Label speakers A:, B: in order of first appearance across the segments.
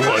A: 我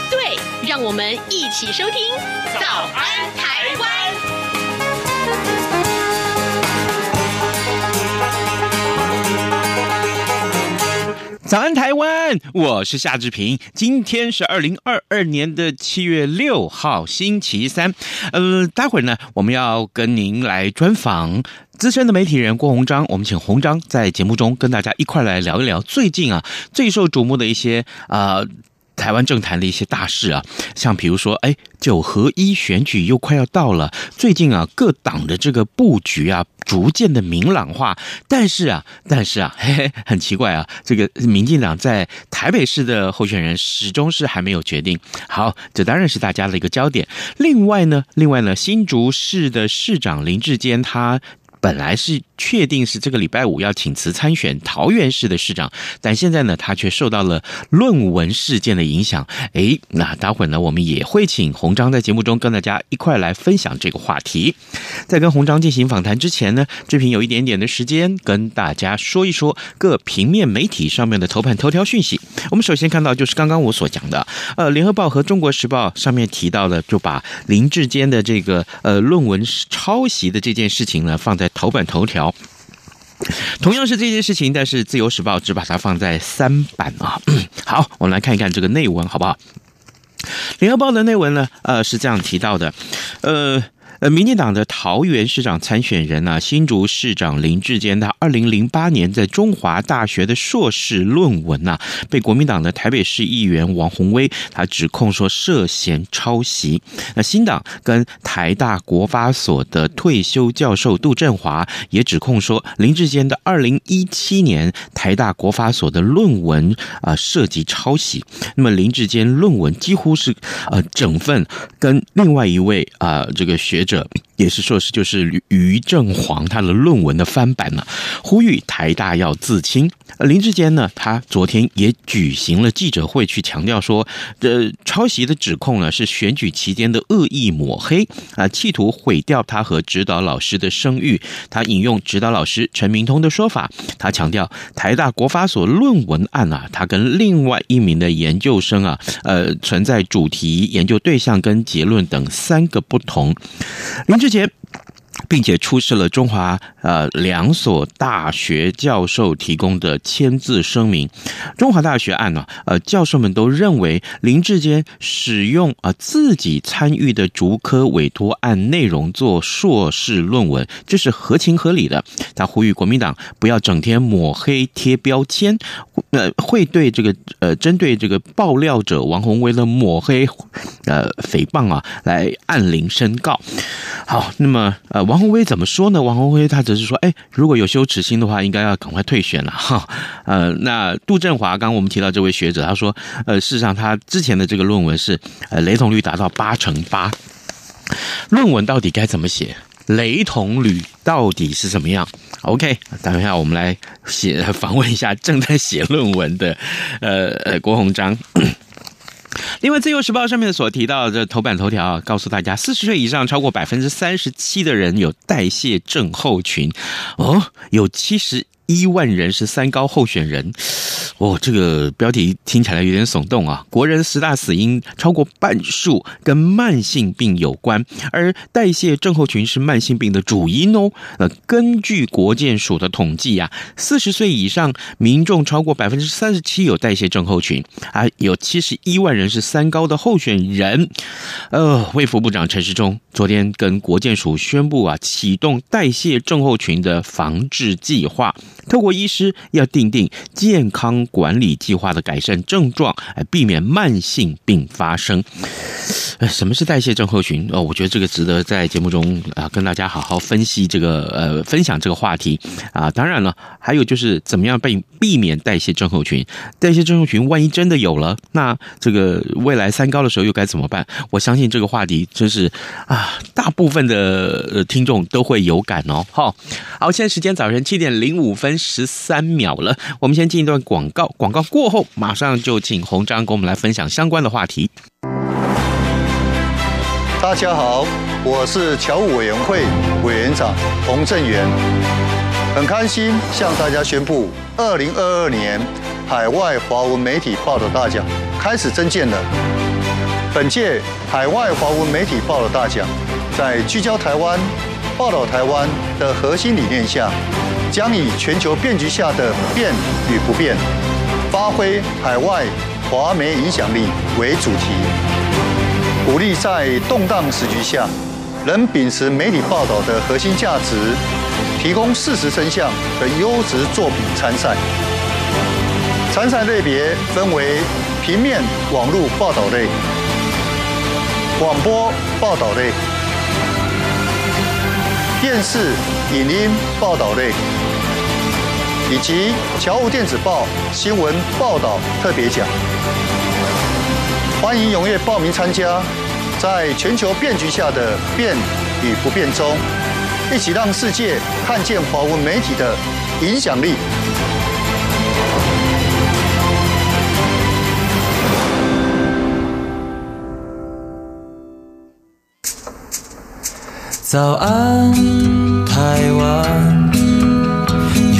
B: 对，让我们一起收听《早安台湾》。
C: 早安，台湾！我是夏志平。今天是二零二二年的七月六号，星期三。呃，待会儿呢，我们要跟您来专访资深的媒体人郭鸿章。我们请鸿章在节目中跟大家一块儿来聊一聊最近啊最受瞩目的一些啊。呃台湾政坛的一些大事啊，像比如说，哎，九合一选举又快要到了，最近啊，各党的这个布局啊，逐渐的明朗化。但是啊，但是啊， 嘿嘿，很奇怪啊，这个民进党在台北市的候选人始终是还没有决定。好，这当然是大家的一个焦点。另外呢，另外呢，新竹市的市长林志坚他本来是确定是这个礼拜五要请辞参选桃园市的市长，但现在呢，他却受到了论文事件的影响。诶，那待会儿呢，我们也会请洪章在节目中跟大家一块来分享这个话题。在跟洪章进行访谈之前呢，志平有一点点的时间跟大家说一说各平面媒体上面的头版头条讯息。我们首先看到就是刚刚我所讲的，呃，《联合报》和《中国时报》上面提到的，就把林志坚的这个呃论文抄袭的这件事情呢，放在头版头条。同样是这件事情，但是《自由时报》只把它放在三版啊。好，我们来看一看这个内文好不好？《联合报》的内文呢，呃，是这样提到的，呃。呃，民进党的桃园市长参选人呢、啊，新竹市长林志坚，他二零零八年在中华大学的硕士论文呐、啊，被国民党的台北市议员王宏威他指控说涉嫌抄袭。那新党跟台大国发所的退休教授杜振华也指控说，林志坚的二零一七年台大国发所的论文啊、呃、涉及抄袭。那么林志坚论文几乎是呃整份跟另外一位啊、呃、这个学。者也是硕士，就是于于正煌他的论文的翻版呢、啊，呼吁台大要自清。呃，林志坚呢，他昨天也举行了记者会，去强调说，呃，抄袭的指控呢是选举期间的恶意抹黑啊、呃，企图毁掉他和指导老师的声誉。他引用指导老师陈明通的说法，他强调台大国法所论文案啊，他跟另外一名的研究生啊，呃，存在主题、研究对象跟结论等三个不同。林志杰。并且出示了中华呃两所大学呃教授提供的签字声明。中华大学案呢、啊，呃，教授们都认为林志坚使用啊、呃、自己参与的竹科委托案内容做硕士论文，这是合情合理的。他呼吁国民党不要整天抹黑贴标签，呃，会对这个呃针对这个爆料者王宏威的抹黑呃诽谤啊来按铃申告。好，那么呃。王宏威怎么说呢？王宏威他只是说，哎，如果有羞耻心的话，应该要赶快退选了 哈。呃，那杜振华，刚刚我们提到这位学者，他说，呃，事实上他之前的这个论文是，呃，雷同率达到八成八。论文到底该怎么写？雷同率到底是什么样？OK，等一下我们来写访问一下正在写论文的，呃呃，郭鸿章。另外，《自由时报》上面所提到的头版头条啊，告诉大家，四十岁以上超过百分之三十七的人有代谢症候群，哦，有七十一万人是三高候选人，哦，这个标题听起来有点耸动啊。国人十大死因超过半数跟慢性病有关，而代谢症候群是慢性病的主因哦。呃，根据国健署的统计啊，四十岁以上民众超过百分之三十七有代谢症候群啊，有七十一万人。人是三高的候选人，呃，卫福部长陈时中昨天跟国健署宣布啊，启动代谢症候群的防治计划，透过医师要定定健康管理计划的改善症状，哎，避免慢性病发生。呃，什么是代谢症候群？哦，我觉得这个值得在节目中啊、跟大家好好分析这个呃分享这个话题啊、当然了，还有就是怎么样被避免代谢症候群。代谢症候群万一真的有了，那这个未来三高的时候又该怎么办？我相信这个话题真是啊，大部分的呃听众都会有感哦。好，好，现在时间早晨七点零五分十三秒了，我们先进一段广告，广告过后马上就请洪章跟我们来分享相关的话题。
D: 大家好，我是侨务委员会委员长洪振源，很开心向大家宣布，二零二二年海外华文媒体报道大奖开始征件了。本届海外华文媒体报道大奖，在聚焦台湾、报道台湾的核心理念下，将以全球变局下的变与不变，发挥海外华媒影响力为主题。鼓励在动荡时局下，能秉持媒体报道的核心价值，提供事实真相的优质作品参赛。参赛类别分为平面网络报道类、广播报道类、电视影音报道类，以及侨务电子报新闻报道特别奖。欢迎踊跃报名参加，在全球变局下的变与不变中，一起让世界看见华文媒体的影响力。
E: 早安，台湾，你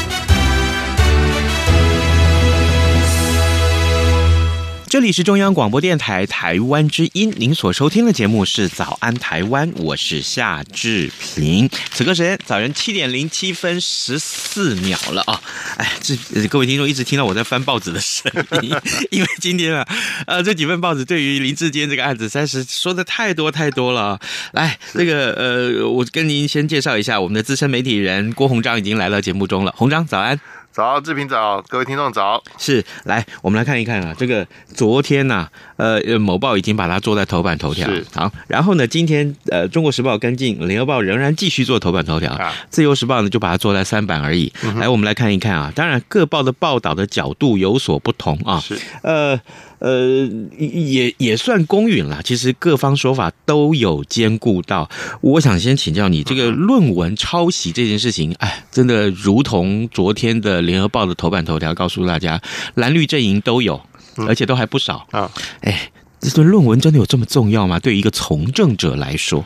C: 这里是中央广播电台台湾之音，您所收听的节目是《早安台湾》，我是夏志平。此刻时间呃早晨七点零七分十四秒了啊！哎，这、呃各位听众一直听到我在翻报纸的声音，因为今天啊，呃，这几份报纸对于林志坚这个案子，实在是说的太多太多了啊。来，这个呃，我跟您先介绍一下我们的资深媒体人郭鸿章已经来到节目中了。鸿章，早安。
F: 早，志平早，各位听众早。
C: 是，来，我们来看一看啊，这个昨天呐、呃，呃，某报已经把它做在头版头条
F: 是。
C: 好，然后呢，今天呃，《中国时报》跟进，《联合报》仍然继续做头版头条，
F: 啊嗯
C: 自由时报》呢就把它做在三版而已。来，我们来看一看啊，当然各报的报道的角度有所不同啊。
F: 是，
C: 呃呃，也也算公允了。其实各方说法都有兼顾到。我想先请教你，这个论文抄袭这件事情，哎，真的如同昨天的《联合报》的头版头条告诉大家，蓝绿阵营都有，而且都还不少
F: 啊。
C: 哎，这个论文真的有这么重要吗？对于一个从政者来说，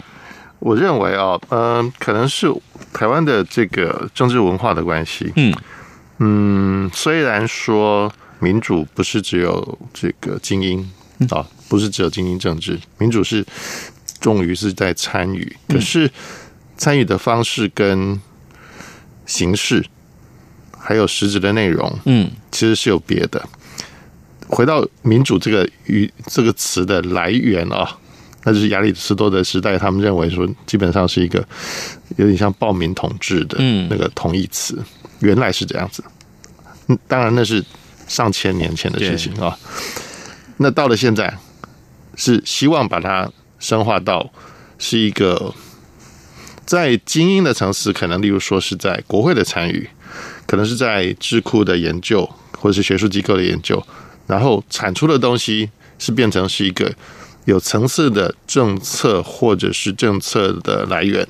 F: 我认为啊、嗯、可能是台湾的这个政治文化的关系。
C: 嗯
F: 嗯，虽然说民主不是只有这个精英
C: 嗯
F: 啊，不是只有精英政治，民主是重于是在参与，
C: 嗯
F: 可是参与的方式跟形式，还有实质的内容，
C: 嗯，
F: 其实是有别的。回到民主这个语这个词的来源啊，那就是亚里士多德时代，他们认为说，基本上是一个有点像暴民统治的
C: 嗯
F: 那个同义词，原来是这样子。嗯，当然那是上千年前的事情啊。那到了现在，是希望把它深化到是一个在精英的层次，可能例如说是在国会的参与，可能是在智库的研究或者是学术机构的研究，然后产出的东西是变成是一个有层次的政策或者是政策的来源，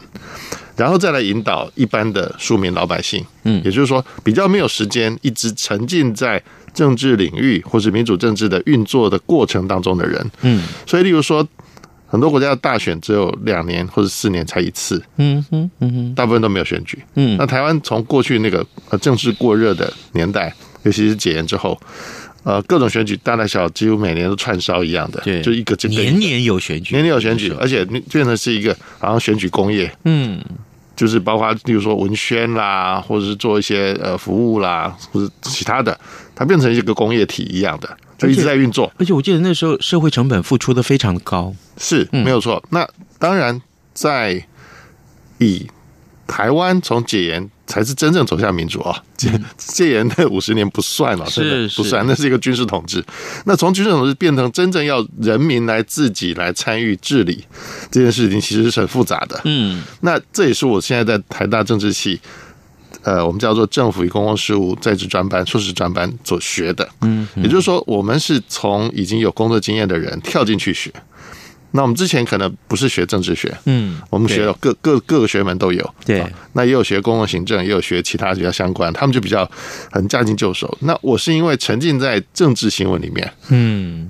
F: 然后再来引导一般的庶民老百姓。嗯，也就是说，比较没有时间一直沉浸在政治领域或是民主政治的运作的过程当中的人。嗯，所以例如说。很多国家的大选只有两年或者四年才一次，
C: 嗯哼嗯哼
F: 大部分都没有选举。
C: 嗯
F: 那台湾从过去那个呃政治过热的年代，尤其是解严之后，呃，各种选举大大小小几乎每年都串烧一样的，
C: 对，
F: 就一个这个一个
C: 年年有选举，
F: 年年有选举
C: 是，吧
F: 而且变成是一个好像选举工业，
C: 嗯
F: 就是包括例如说文宣啦，或者是做一些呃服务啦，或者其他的，它变成一个工业体一样的，就一直在运作，
C: 而且我记得那时候社会成本付出的非常高，
F: 是
C: 嗯
F: 没有错。那当然，在以台湾从解严才是真正走向民主啊、戒戒严的五十年不算了，
C: 嗯是
F: 真的
C: 是
F: 不算，那是一个军事统治。那从军事统治变成真正要人民来自己来参与治理这件事情，其实是很复杂的。
C: 嗯，
F: 那这也是我现在在台大政治系，呃，我们叫做政府与公共事务在职专班、硕士专班所学的。嗯，也就是说，我们是从已经有工作经验的人跳进去学。那我们之前可能不是学政治学，
C: 嗯，
F: 我们学了各各各个学门都有，
C: 对
F: 啊那也有学公共行政，也有学其他比较相关，他们就比较很驾轻就熟。那我是因为沉浸在政治新闻里面，
C: 嗯，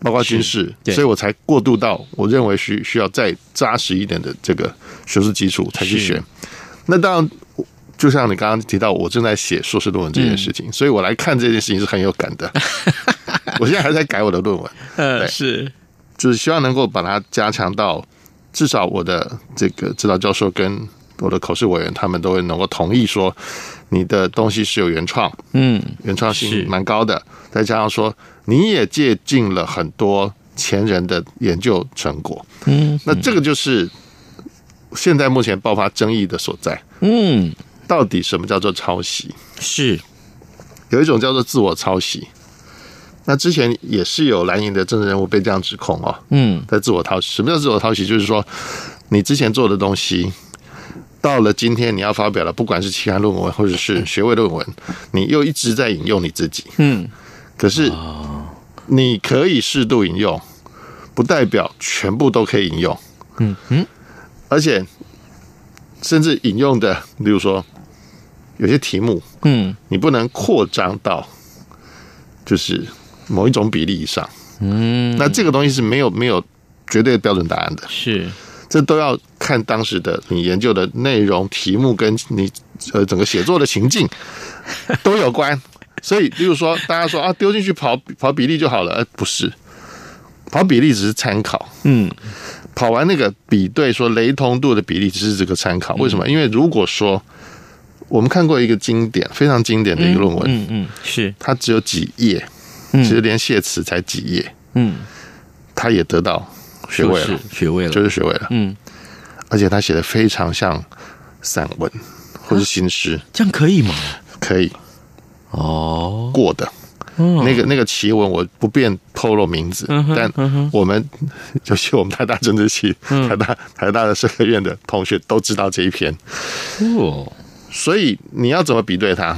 F: 包括军事，
C: 对
F: 所以我才过渡到我认为需需要再扎实一点的这个学术基础才去学
C: 是。
F: 那当然，就像你刚刚提到，我正在写硕士论文这件事情，
C: 嗯
F: 所以我来看这件事情是很有感 的。我现在还在改我的论文，
C: 呃，
F: 对
C: 是，
F: 就是希望能够把它加强到至少我的这个指导教授跟我的口试委员他们都会能够同意说你的东西是有原创，
C: 嗯，
F: 原创
C: 是
F: 性蛮高的，再加上说你也借鉴了很多前人的研究成果，
C: 嗯，
F: 那这个就是现在目前爆发争议的所在。
C: 嗯，
F: 到底什么叫做抄袭？
C: 是，
F: 有一种叫做自我抄袭。那之前也是有蓝营的政治人物被这样指控哦，
C: 嗯，
F: 在自我抄袭。什么叫自我抄袭？就是说你之前做的东西，到了今天你要发表了，不管是期刊论文或者是学位论文，你又一直在引用你自己。
C: 嗯，啊
F: 可是你可以适度引用，不代表全部都可以引用。嗯嗯，而且甚至引用的，比如说有些题目，
C: 嗯，
F: 你不能扩张到就是某一种比例以上。嗯，那这个东西是没有没有绝对标准答案的，
C: 是，
F: 这都要看当时的你研究的内容、题目跟你呃整个写作的情 境都有关。所以，例如说，大家说啊，丢进去跑跑比例就好了，呃，不是，跑比例只是参考，
C: 嗯，
F: 跑完那个比对说雷同度的比例只是这个参考。为什么？
C: 嗯
F: 因为如果说我们看过一个经典、非常经典的一个论文，
C: 嗯嗯，是，
F: 它只有几页，
C: 嗯
F: 其实连谢词才几页，
C: 嗯，
F: 他也得到学位
C: 就
F: 了
C: 是，学位了，
F: 就是学位了。
C: 嗯，
F: 而且他写的非常像散文或是新诗，
C: 啊这样可以吗？
F: 可以
C: 哦，
F: 过的。
C: 嗯
F: 那个那个奇文我不便透露名字，
C: 嗯哼嗯
F: 但我们 尤其我们台大政治系、台大台大的社科院的同学都知道这一篇，
C: 哦，
F: 所以你要怎么比对它？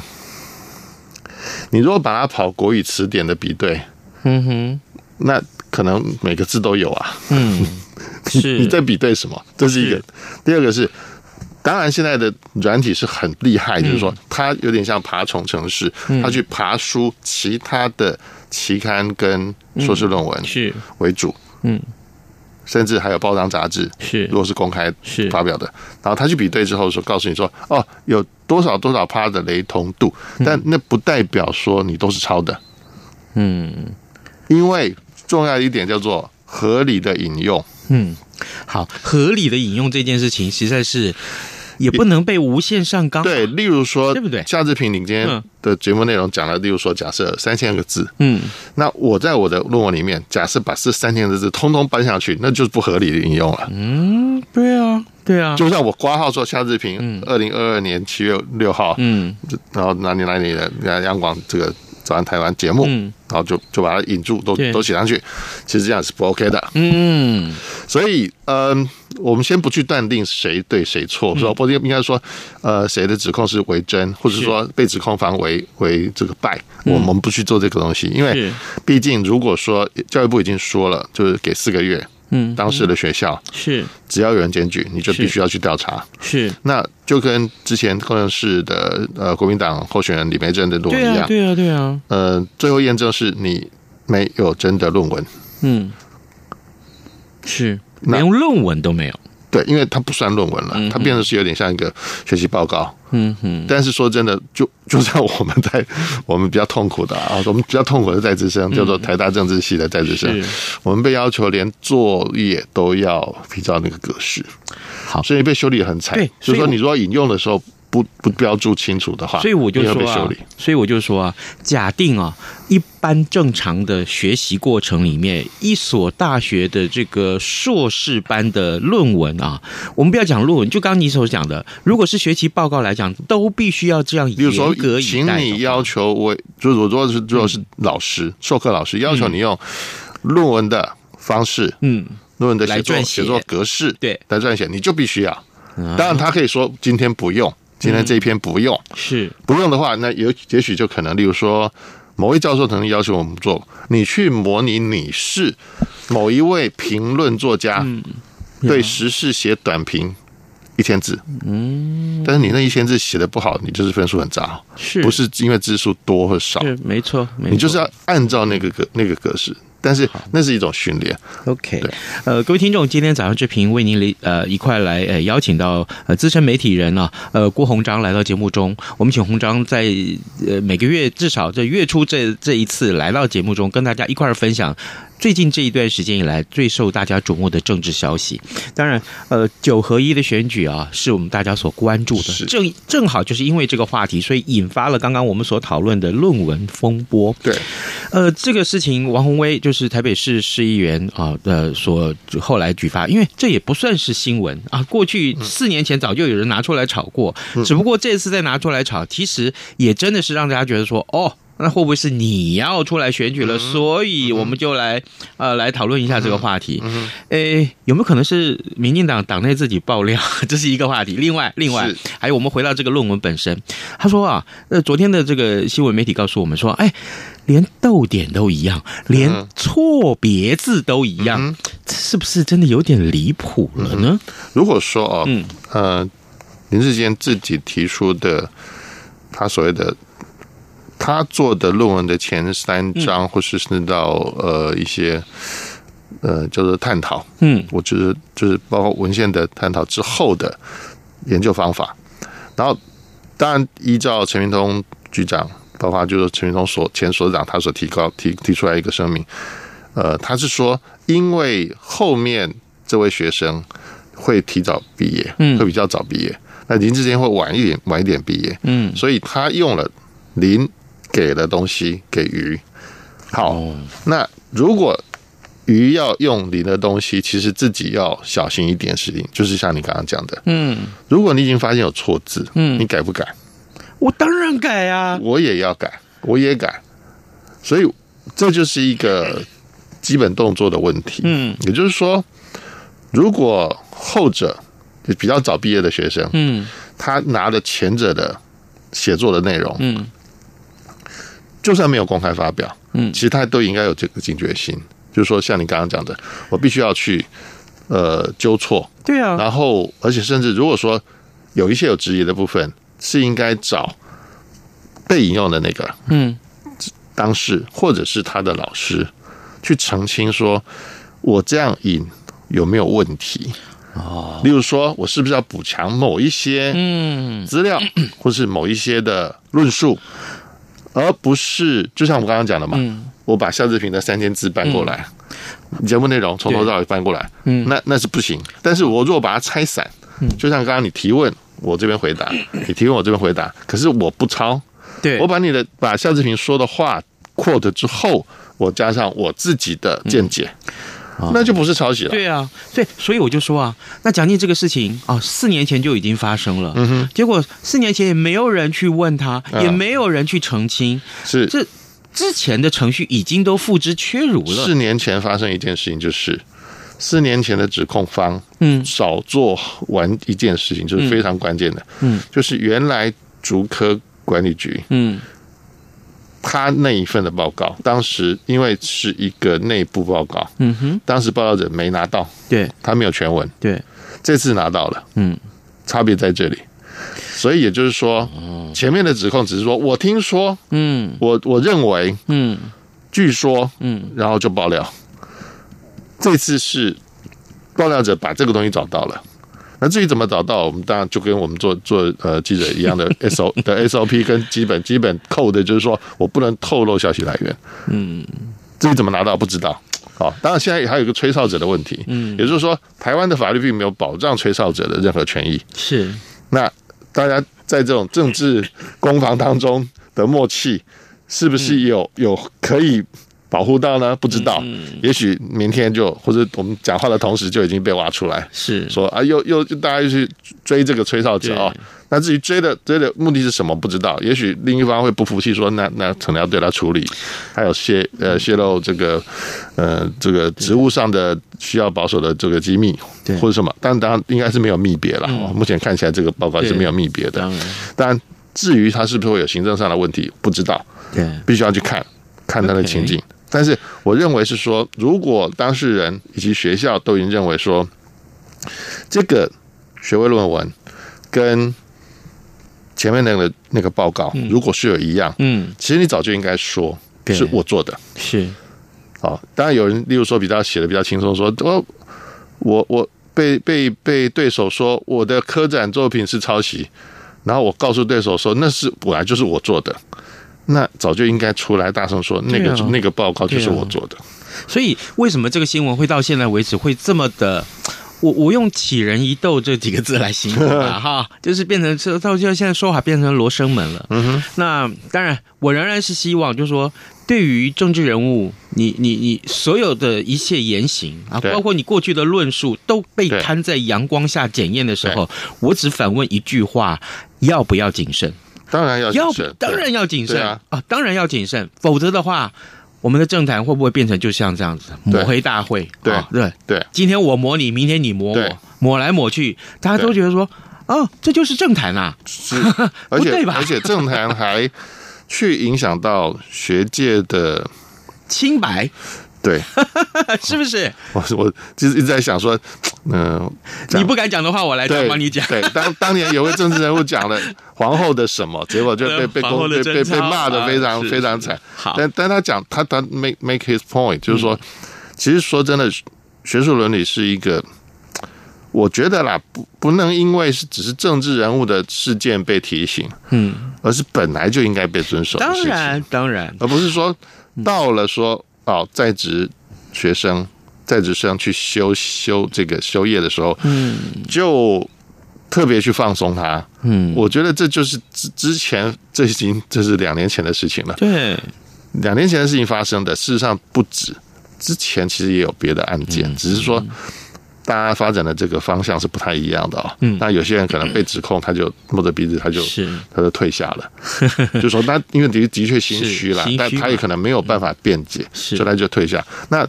F: 你如果把它跑国语词典的比对，
C: 嗯哼，
F: 那可能每个字都有啊。
C: 嗯，是，
F: 你在比对什么？这是一个
C: 是。
F: 第二个是，当然现在的软体是很厉害，就是
C: 嗯
F: 说它有点像爬虫城市，它去爬书其他的期刊跟硕士论文
C: 是
F: 为主，
C: 嗯，
F: 甚至还有报章杂志，
C: 是
F: 如果是公开
C: 是
F: 发表的，然后他去比对之后说，告诉你说，哦，有多少多少趴的雷同度，但那不代表说你都是抄的，
C: 嗯
F: 因为重要一点叫做合理的引用。
C: 嗯，好，合理的引用这件事情，实在是也不能被无限上纲。
F: 对，，例如说，
C: 对不对
F: 夏志平，你今天
C: 嗯
F: 的节目内容讲了，例如说，假设三千个字，
C: 嗯，
F: 那我在我的论文里面，假设把这三千个字通通搬上去，那就是不合理的引用了。
C: 对啊，对啊，
F: 就像我挂号说夏志平，二零二二年七月六号，
C: 嗯
F: 然后哪里哪里的央广这个早安台湾节目，
C: 嗯
F: 然后就就把它引注都
C: 对
F: 都写上去，其实这样是不 OK 的。
C: 嗯，
F: 所以，嗯、我们先不去断定谁对谁
C: 嗯
F: 错，说不应该说，呃，谁的指控是为真，或者说被指控方为为这个败，我们不去做这个东西，因为
C: 嗯是
F: 毕竟如果说教育部已经说了，就是给四个月，
C: 嗯
F: 当事的学校
C: 是
F: 只要有人检举，你就必须要去调查，
C: 是，
F: 那就跟之前工程师的呃国民党候选人李梅珍的论文
C: 对
F: 一
C: 啊，
F: 样，
C: 对啊，对啊，
F: 呃，最后验证是你没有真的论文，
C: 嗯，是
F: 那
C: 连论文都没有，
F: 对，因为它不算论文了，
C: 嗯
F: 它变得是有点像一个学习报告。嗯哼。但是说真的，就 就在我们在我们比较痛苦的啊，我们比较痛苦的在职生叫做台大政治系的在职生
C: 嗯是，
F: 我们被要求连作业都要依照那个格式，
C: 好
F: 所以被修理很惨
C: 对。
F: 就是
C: 所以我
F: 说，你如果引用的时候不不标注清楚的话，
C: 所以我就
F: 你会
C: 说
F: 被修
C: 啊
F: 理。，
C: 所以我就说啊，假定啊，一般正常的学习过程里面，一所大学的这个硕士班的论文啊，我们不要讲论文，就刚刚你所讲的，如果是学习报告来讲，都必须要这样
F: 比如说
C: 严格，以
F: 请
C: 待。嗯
F: 你要求我，就是我如果是如果是老师、授课老师，要求你用论文的方式，
C: 嗯，
F: 论文的写
C: 来
F: 作
C: 撰写
F: 写作格式，
C: 对嗯
F: 来撰写，你就必须要。当然，他可以说今天不用，今天这一篇不用，
C: 是
F: 不用的话，那有也许就可能，例如说。某位教授可能要求我们做，你去模拟你是某一位评论作家
C: 嗯
F: 对时事写短评一千字，嗯，但是你那一千字写的不好，你就是分数很糟。
C: 是
F: 不是因为字数多或少，
C: 是没错，嗯没错
F: 你就是要按照那个格那个格式。但是那是一种训练，
C: OK，
F: 对
C: 呃，各位听众，今天早上这评为您来呃一块来呃邀请到呃资深媒体人啊，呃郭鸿章来到节目中。我们请鸿章在呃每个月至少在月初这这一次来到节目中，跟大家一块儿分享最近这一段时间以来最受大家瞩目的政治消息。当然，呃，九合一的选举啊，是我们大家所关注的。
F: 是
C: 正正好就是因为这个话题，所以引发了刚刚我们所讨论的论文风波。
F: 对，
C: 呃，这个事情，王宏威就是台北市市议员啊呃、所后来举发，因为这也不算是新闻啊，过去四年前早就有人拿出来炒过，只不过这次再拿出来炒，其实也真的是让大家觉得说，哦。那会不会是你要出来选举了？所以我们就来呃来讨论一下
F: 嗯
C: 这个话题。诶，有没有可能是民进党党内自己爆料？ 这是一个话题。另外，另外
F: 是
C: 还有我们回到这个论文本身，他说啊，呃，昨天的这个新闻媒体告诉我们说，哎，连逗点都一样，
F: 嗯
C: 连错别字都一样，这是不是真的有点离谱了呢？
F: 如果说哦，
C: 嗯
F: 呃，林志坚自己提出的，他所谓的他做的论文的前三章，
C: 嗯
F: 或是甚至到呃一些呃叫做探讨，
C: 嗯，
F: 我就是就是包括文献的探讨之后的研究方法。然后，当然依照陈明通局长，包括就是陈明通所前所长他所提高提提出来一个声明，呃，他是说，因为后面这位学生会提早毕业，
C: 嗯
F: 会比较早毕业，那林志坚会晚一点晚一点毕业，
C: 嗯
F: 所以他用了林给的东西给鱼。好，
C: 哦
F: 那如果鱼要用林的东西，其实自己要小心一点事情，就是像你刚刚讲的，
C: 嗯，
F: 如果你已经发现有错字，嗯，你改不改？
C: 我当然改啊，
F: 我也要改，我也改，所以这就是一个基本动作的问题。
C: 嗯，
F: 也就是说，如果后者就比较早毕业的学生，
C: 嗯
F: 他拿了前者的写作的内容，
C: 嗯，
F: 就算没有公开发表，
C: 嗯
F: 其实他都应该有这个警觉心，就是说像你刚刚讲的，我必须要去呃纠错，
C: 对啊，
F: 然后而且甚至如果说有一些有质疑的部分，是应该找被引用的那个
C: 嗯
F: 当事或者是他的老师去澄清说，我这样引有没有问题？哦，例如说我是不是要补强某一些
C: 嗯，
F: 资 料，或是某一些的论述，而不是就像我刚刚讲的嘛，
C: 嗯
F: 我把夏志平的三千字搬过来，节目内容从头到尾搬过来，
C: 嗯
F: 那那是不行。但是我如果把它拆散，就像刚刚你提问，我这边 回答，你提问我这边回答，可是我不抄，
C: 对，
F: 我把你的把夏志平说的话 quote 之后，我加上我自己的见解，那就不是抄袭
C: 嗯
F: 了。
C: 对啊，对，所以我就说啊，那蒋进这个事情啊，四年前就已经发生了，嗯哼，结果四年前也没有人去问他，
F: 嗯
C: 也没有人去澄清，
F: 是
C: 这之前的程序已经都付之阙如了，
F: 四年前发生一件事情，就是四年前的指控方，
C: 嗯
F: 少做完一件事情，就是非常关键的，
C: 嗯，
F: 就是原来竹科管理局
C: 嗯
F: 他那一份的报告，当时因为是一个内部报告，
C: 嗯哼，
F: 当时报道者没拿到，
C: 对
F: 他没有全文，
C: 对，
F: 这次拿到了，
C: 嗯，
F: 差别在这里。所以也就是说，
C: 哦
F: 前面的指控只是说我听说，
C: 嗯
F: 我我认为，
C: 嗯
F: 据说，
C: 嗯，
F: 然后就爆料。这次是爆料者把这个东西找到了，那至于怎么找到，我们当然就跟我们做做呃记者一 样的 S O 的 S O P 跟基本基本扣的，就是说我不能透露消息来源。
C: 嗯
F: 至于怎么拿到不知道。哦，当然现在还有一个吹哨者的问题，嗯，也就是说，台湾的法律并没有保障吹哨者的任何权益。
C: 是
F: 那大家在这种政治攻防当中的默契，是不是有、有可以保护到呢？不知道，也许明天就或者我们讲话的同时就已经被挖出来，
C: 是
F: 说啊，又又又大家又去追这个吹哨者哦
C: 对。
F: 那至于追的追的目的是什么，不知道。也许另一方会不服气，说那那可能要对他处理，还有泄呃
C: 嗯
F: 泄露这个呃这个职务上的需要保守的这个机密
C: 对嗯
F: 或者什么。但当然应该是没有密别了、哦目前看起来这个报告是
C: 对嗯
F: 没有密别的
C: 当然。
F: 当然，至于他是不是会有行政上的问题，不知道。
C: 对
F: 必须要去看看他的情境。但是我认为是说，如果当事人以及学校都已经认为说，这个学位论文跟前面那个那个报告，如果是有一样，
C: 嗯
F: 其实你早就应该说
C: 对
F: 是我做的。
C: 是
F: 哦，当然有人，例如说比较写的比较轻松，说我我我被被被对手说我的科展作品是抄袭，然后我告诉对手说那是本来就是我做的，那早就应该出来大声说那个、
C: 对啊
F: 那个报告就是我做的。
C: 所以为什么这个新闻会到现在为止会这么的？我我用“杞人一斗”这几个字来形容吧，哈，就是变成这到现在说法变成罗生门了。嗯哼，那当然，我仍然是希望，就是说，对于政治人物，你你你所有的一切言行啊，
F: 对
C: 包括你过去的论述，都被
F: 对
C: 摊在阳光下检验的时候，我只反问一句话：要不要谨慎？
F: 当然要
C: 要
F: 谨慎，
C: 当然
F: 对
C: 要谨慎
F: 对啊
C: 当然要谨慎，否则的话，我们的政坛会不会变成就像这样子抹黑大会？
F: 对
C: 啊对，
F: 对
C: 今天我抹你，明天你抹
F: 对
C: 我，抹来抹去，大家都
F: 对
C: 觉得说，哦，这就是政坛啊，
F: 是，
C: 不
F: 而且
C: 对吧
F: 而且政坛还去影响到学界的
C: 清白，
F: 对。
C: 是不是？
F: 我我就是一直在想说，嗯、这
C: 你
F: 样
C: 不敢讲的话，我来
F: 对，
C: 帮你讲。
F: 对，当当年有位政治人物讲了 皇后的什么，结果就被被
C: 呃皇后
F: 公
C: 的
F: 被
C: 贞
F: 被
C: 操
F: 被骂的非常
C: 啊是
F: 非常惨。
C: 好嗯
F: 但但他讲他他 make make his point，就是说，其实说真的，学术伦理是一个。我觉得啦，不不能因为是只是政治人物的事件被提醒，
C: 嗯，
F: 而是本来就应该被遵守的
C: 当
F: 事情，
C: 然，当然，
F: 而不是说到了说哦，在职学生、在职生去修修这个修业的时候，
C: 嗯
F: 就特别去放松他。
C: 嗯，
F: 我觉得这就是之之前，这已经这是两年前的事情了。
C: 对，
F: 两年前的事情发生的，事实上不止，之前其实也有别的案
C: 嗯
F: 件，只是说大家发展的这个方向是不太一样的哦。
C: 嗯
F: 那有些人可能被指控，他就摸着鼻子，他就是他就退下 了，就说那因为的的确心虚了
C: 是心虚，
F: 但他
C: 嘛
F: 也
C: 嗯
F: 可能没有办法辩解，
C: 是
F: 所以他就退下。那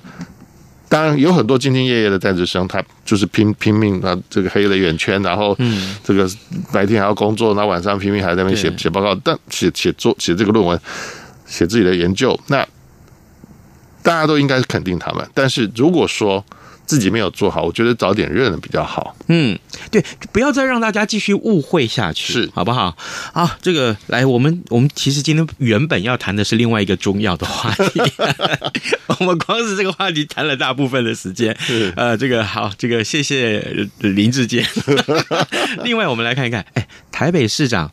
F: 当然有很多兢兢业业的在职生，他就是拼拼命啊，这个黑了眼圈，然后这个白天还要工作，然后晚上拼命还在那边写
C: 嗯对
F: 写报告，但写写作写这个论文，写自己的研究，那大家都应该肯定他们。但是如果说自己没有做好，我觉得早点认了比较好。
C: 嗯，对，不要再让大家继续误会下去，
F: 是
C: 好不好？啊，这个来，我们我们其实今天原本要谈的是另外一个重要的话题， 我们光是这个话题谈了大部分的时间。呃，这个好，这个谢谢呃林志 坚。另外，我们来看一看，哎，台北市长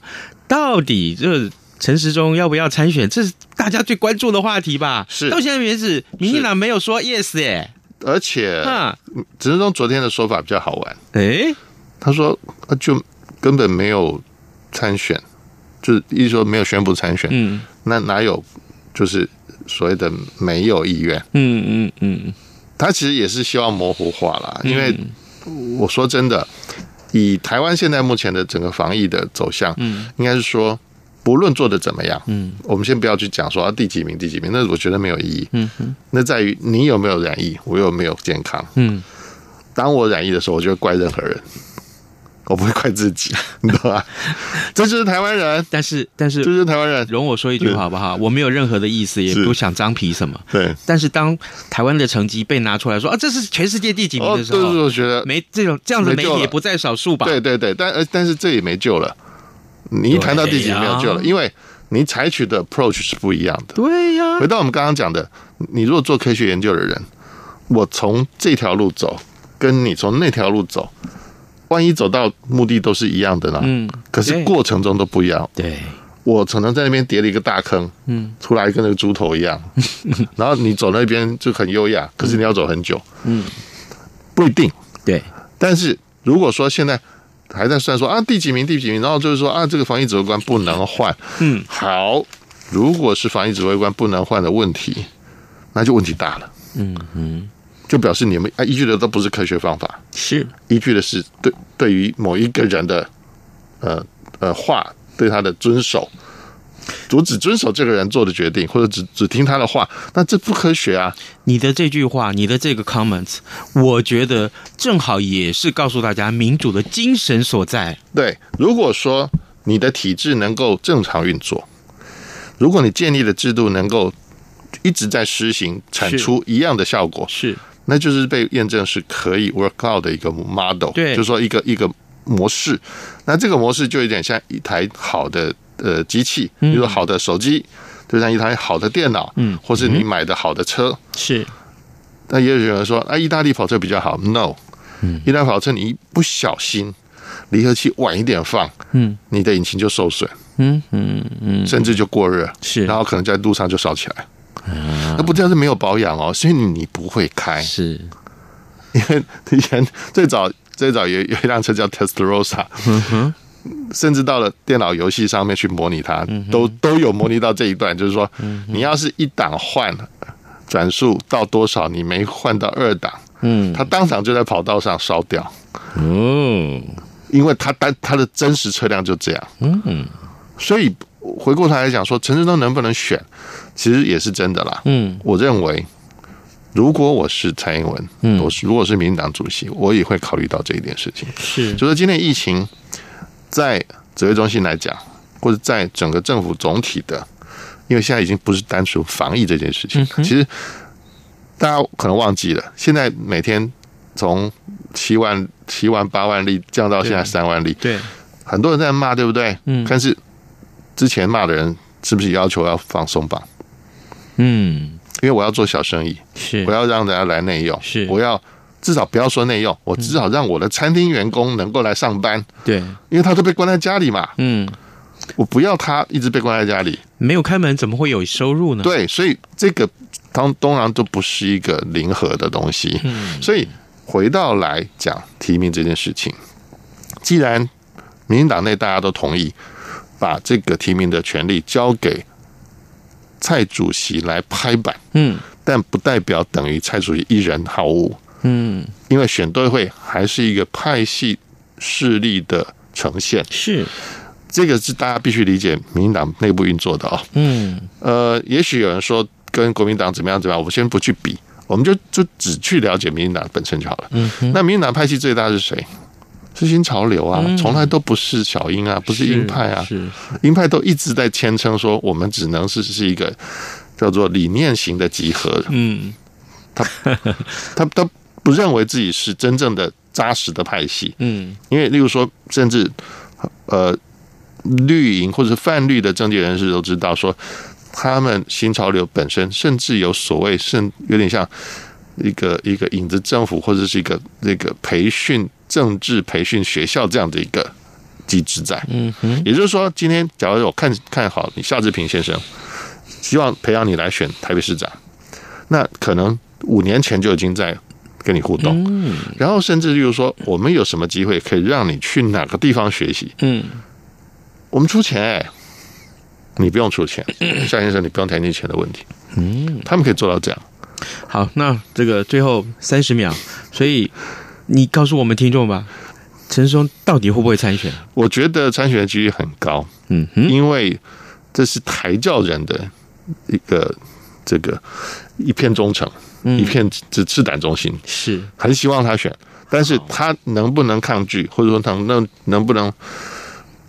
C: 到底这。陈时中要不要参选？这是大家最关注的话题吧？
F: 是
C: 到现在为止，民进党没有说 yes 哎耶、
F: 而且，
C: 啊，
F: 陈志忠昨天的说法比较好玩，
C: 哎，
F: 他说啊就根本没有参选，就是意思说没有宣布参选。
C: 嗯
F: 那哪有就是所谓的没有意愿？
C: 嗯嗯嗯，
F: 他其实也是希望模糊化啦，因为我说真的，以台湾现在目前的整个防疫的走向，嗯，应该是说。不论做的怎么样，嗯，我们先不要去讲说啊第几名第几名，那我觉得没有意义，嗯那在于你有没有染疫，我有没有健康，
C: 嗯，
F: 当我染疫的时候，我就会怪任何人，我不会怪自己， 你懂吧？这就是台湾人，
C: 但是但是
F: 这就是台湾人，
C: 容我说一句话好不好？我没有任何的意思，也
F: 是
C: 不想张皮什么。
F: 对，
C: 但是当台湾的成绩被拿出来说啊，这是全世界第几名
F: 哦，
C: 的
F: 对
C: 时候，
F: 对，我觉得
C: 没这种这样子媒
F: 没救
C: 体
F: 了
C: 也不在少数吧？
F: 对对对，但呃，但是这也没救了。你一谈到第几没有救了，
C: 哎对呀
F: 因为你采取的 approach 是不一样的。
C: 对呀、
F: 回到我们刚刚讲的，你如果做科学研究的人，我从这条路走，跟你从那条路走，万一走到目的都是一样的呢？
C: 嗯
F: 可是
C: 对
F: 过程中都不一样。
C: 对，
F: 我可能在那边跌了一个大坑，嗯，出来跟那个猪头 一样，然后你走那边就很优雅，可是你要走很久，嗯，不一定。
C: 对，
F: 但是如果说现在还在算说啊第几名第几名，然后就是说啊这个防疫指挥官不能换，嗯，好，如果是防疫指挥官不能换的问题，那就问题大了，嗯嗯，就表示你们啊依据的都不是科学方法，
C: 是，
F: 依据的是对对于某一个人的呃呃话对他的遵守，我只遵守这个人做的决定，或者只只听他的话，那这不科学啊！
C: 你的这句话，你的这个 comments，我觉得正好也是告诉大家民主的精神所在。
F: 对，如果说你的体制能够正常运作，如果你建立的制度能够一直在施行，产
C: 是
F: 出一样的效果，
C: 是，
F: 那就是被验证是可以 work out 的一个 model，
C: 对
F: 就是说一个一个模式。那这个模式就有点像一台好的呃机器，比如说好的手机，就像一台好的电脑，
C: 嗯
F: 或是你买的好的车。
C: 是，
F: 那也有人说，啊，意大利跑车比较好，no，意大利跑车你一不小心离合器晚一点放，
C: 嗯，
F: 你的引擎就受损，
C: 嗯嗯嗯，
F: 甚至就过热，
C: 是啊
F: 然后可能在路上就烧起来。那不但是没有保养哦，是因为你不会开，
C: 是，
F: 因为以前最早最早有有一辆车叫 Testarossa，、甚至到了电脑游戏上面去模拟它，
C: 嗯
F: 都都有模拟到这一段，就是说，你要是一档换转速到多少，你没换到二档，
C: 嗯，
F: 它当场就在跑道上烧掉，
C: 哦，
F: 因为它单它的真实车辆就这样，嗯，所以回过头来讲说，陈志忠能不能选，其实也是真的啦，
C: 嗯，
F: 我认为。如果我是蔡英文，嗯，我是如果是民进党主席，我也会考虑到这一点事情。
C: 是，
F: 就说今天疫情在指挥中心来讲，或者在整个政府总体的，因为现在已经不是单纯防疫这件事情，其实大家可能忘记了，现在每天从七万、七万、八万例降到现在三万例，
C: 对，
F: 很多人在骂，对不对？嗯。但是之前骂的人是不是也要求要放松绑？
C: 嗯，
F: 因为我要做小生意，
C: 是
F: 我，要让大家来内用，
C: 是嗯
F: 我要至少不要说内用，我至少让我的餐厅员工能够来上班。
C: 对，
F: 因为他都被关在家里嘛，
C: 嗯，
F: 我不要他一直被关在家里。
C: 没有开门怎么会有收入呢？，
F: 对，所以这个当当然都不是一个零和的东西。
C: 嗯
F: 所以回到来讲提名这件事情，既然民进党内大家都同意把这个提名的权利交给蔡主席来拍板，
C: 嗯
F: 但不代表等于蔡主席一人毫无，
C: 嗯，
F: 因为选对会还是一个派系势力的呈现。
C: 是，
F: 这个是大家必须理解民进党内部运作的啊、
C: 嗯，
F: 呃，也许有人说跟国民党怎么样怎么样，我们先不去比，我们就就只去了解民进党本身就好了。嗯，那民进党派系最大是谁？是新潮流啊，从来都不是小英啊，不是鹰派啊，
C: 是，
F: 鹰派都一直在谦称说我们只能是是一个叫做理念型的集合，
C: 嗯，
F: 他他不认为自己是真正的扎实的派系。
C: 嗯，
F: 因为例如说，甚至呃绿营或者泛绿的政界人士都知道说，他们新潮流本身甚至有所谓甚有点像一个一个影子政府或者是一个那个培训政治培训学校这样的一个。机制在，嗯哼，也就是说，今天假如我看看好你夏志平先生，希望培养你来选台北市长，那可能五年前就已经在跟你互动，然后甚至就是说，我们有什么机会可以让你去哪个地方学习？
C: 嗯，
F: 我们出钱哎、你不用出钱，
C: 嗯
F: 夏先生，你不用担心钱的问题。嗯，他们可以做到这样。
C: 好，那这个最后三十秒，所以你告诉我们听众吧，陈松到底会不会参选？
F: 我觉得参选的几率很高，
C: 嗯哼，
F: 因为这是台教人的一个这个一片忠诚，
C: 嗯
F: 一片赤赤胆忠心，
C: 是，
F: 很希望他选，但是他能不能抗拒，或者说他能能不能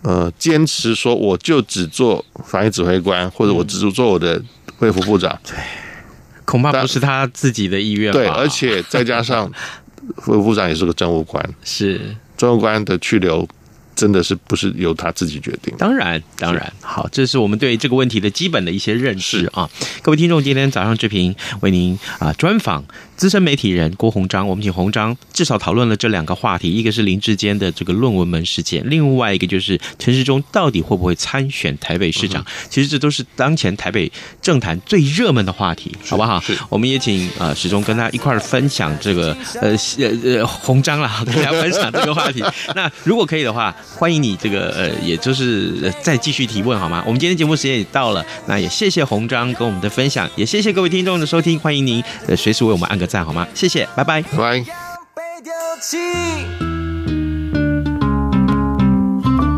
F: 呃坚持说我就只做防疫指挥官，或者我只做我的卫福部长？
C: 恐怕
F: 但
C: 不是他自己的意愿吧？
F: 对，而且再加上卫福部长也是个政务官，
C: 是，
F: 政务官的去留真的是不是由他自己决定的。
C: 当然，当然，好，这是我们对这个问题的基本的一些认识啊。各位听众，今天早上志平为您啊专访资深媒体人郭鸿章，我们请鸿章至少讨论了这两个话题，一个是林志坚的这个论文门事件，另外一个就是陈时中到底会不会参选台北市长。其实这都是当前台北政坛最热门的话题，好不好？我们也请啊始终跟他一块儿分享这个呃呃呃鸿章啦， 跟大家分享这个话题。那如果可以的话，欢迎你这个呃，也就是、呃再继续提问好吗？我们今天节目时间也到了，那也谢谢鸿章跟我们的分享，也谢谢各位听众的收听，欢迎您呃随时为我们按个赞好吗？谢谢，拜拜。
F: 拜拜。
E: 被丢弃。